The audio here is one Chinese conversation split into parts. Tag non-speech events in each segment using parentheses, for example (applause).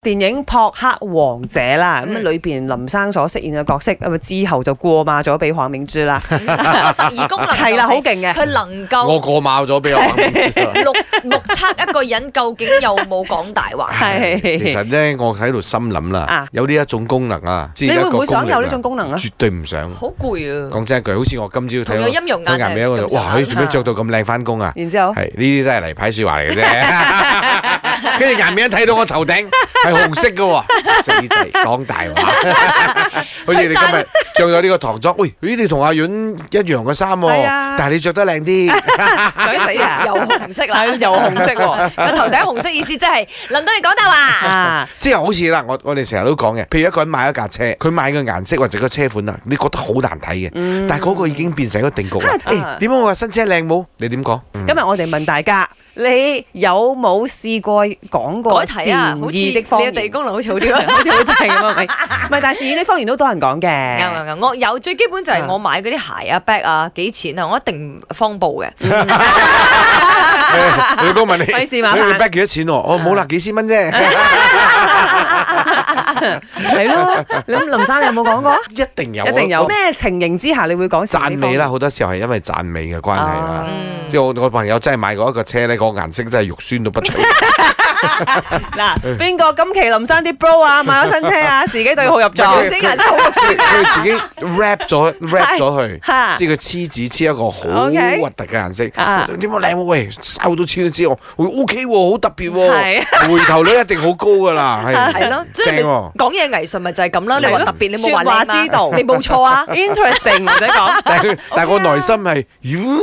電影《撲克王者》啦，咁嗯裏邊林生所飾演嘅角色，咁啊之後就過馬咗俾黃明珠 (laughs) 啦，而功能係啦，好就係勁嘅。佢能夠我過貓咗俾我媽咪 (laughs) 知啦目目測一個人究竟有冇講大 (laughs) 話。係其實咧，我喺度心諗啦啊，有呢一種功能啊，即你係一會個唔會想功力有呢啊種功能啊？絕對唔想。好攰啊！講真一句，好似我今朝同睇有我陰陽眼佢眼尾嗰係度，哇！咁上佢做下咩着到咁靚翻工啊？ (laughs) 然之後係呢啲都係例牌説 (laughs) 話嚟嘅啫。跟住顏面一睇到我頭頂係紅色嘅 (laughs) 喎，死仔講大話。好似你今日着咗呢個唐裝，喂，咦你同阿潤一樣嘅衫喎係，啊但係你着得靚啲，想死啊！又紅色啦係， (laughs) 又紅色喎 (laughs) 個頭頂紅色意思即係輪到你講大話。啊！即係好似啦，我我哋成日都講嘅，譬如一個人買一架車，佢買個顏色或者個車款啊，你覺得好難睇嘅，嗯但係嗰個已經變成一個定 (laughs) 局啦。啊誒點解我話新車靚冇？你點講？嗯今日我哋問大家，你有冇試過講過改題啊，善好似意你的方嘅言？地功能好似好啲 (laughs) 啊。好似好正咁 (laughs) 啊，咪咪，但係善意的方言都多人講嘅。啱啊啱啱，我有最基本就係我買嗰啲鞋啊、bag 啊、幾錢啊，我一定方 (laughs) 報嘅。你哥問你，費事麻煩啊你 b a 幾多錢喎？我冇啦，幾千 (laughs) 蚊啫。係咯，咁林生你有冇講過啊？一定有，一定有我咩情形之下你會講讚美啦，啦，好多時候係因為讚美嘅關係啦。啊嗯即係我我朋友真係買過一個車咧，個顏色真係肉酸到不得了。 (laughs) 嗱，嗯邊個今期林生啲 bro 啊，買咗新車啊，自己對號入座，佢佢好肉 (laughs) 佢佢自己 wrap 咗 wrap 咗嚇佢，即係佢黐紙黐一個好 OK 核突嘅顏色。啊點解靚喎？喂，收到黐都知我，喂 OK 喎，好特別係喎，回頭率一定好高㗎 (laughs) 啦，係係 (laughs) 咯，即係正你喎。講嘢藝術咪就係咁啦。你話特別，你冇話説話靚嘛之道你冇 (laughs) 錯啊。 interesting 或者 (laughs) 講 (laughs) 但係佢但係我內心係，喲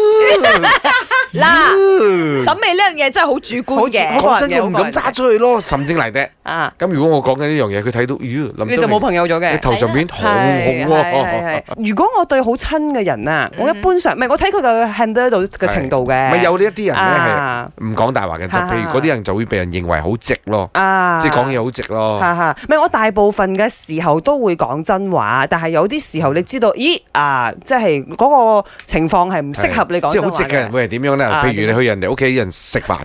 嗱， (laughs) 喲審美呢樣嘢真係好主觀好嘅主。講真，我唔敢揸出去咯，甚正嚟的。啊，咁如果我講緊呢樣嘢，佢睇到，咦，林你德就冇榮朋友咗你嘅。頭上面紅紅喎，嗯係。如果我對好親嘅人啊，我一般上唔係我睇佢嘅 handle 到嘅程度嘅，咪有呢一啲人咧啊係唔講大話嘅，就啊譬如嗰啲人就會被人認為好直咯，啊，即係講嘢好直咯。哈哈，唔係我大部分嘅時候都會講真話，但係有啲時候你知道，咦啊，即係嗰個情況係唔適合你講即真係話好直嘅人嘅。會係點樣咧？啊譬如你去人哋屋企人食 (laughs) 飯，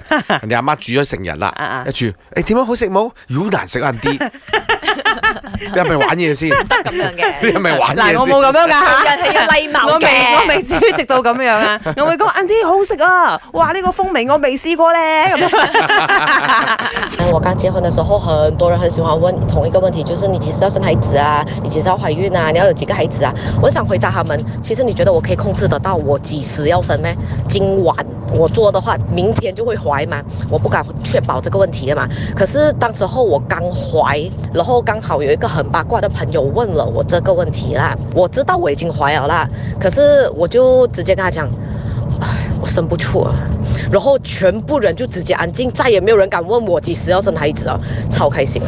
人哋阿媽煮咗成日啊啦啊，一住誒點樣好食冇？妖難食啊 (laughs) 啲，你係咪玩嘢先？得咁樣你嘅，係咪 (laughs) 玩嗱，嘢我先冇？ (laughs) 咁樣㗎嚇。人係要啊禮貌我未我嘅。未至於直到咁樣啊！ (laughs) 我會講 a u n t 好食啊！哇，呢個風味我未試過咧咁樣。我刚结婚的时候，很多人很喜欢问同一个问题，就是你几时要生孩子啊？你几时要怀孕啊？你要有几个孩子啊？我想回答他们，其实你觉得我可以控制得到我几时要生咩？今晚我做的话，明天就会怀嘛？我不敢确保这个问题的嘛。可是当时候我刚怀，然后刚好有一个很八卦的朋友问了我这个问题啦，我知道我已经怀了啦，可是我就直接跟他讲， (sighs) 唉，我生不出啊。然后全部人就直接安静，再也没有人敢问我几时要生孩子啊，超开心。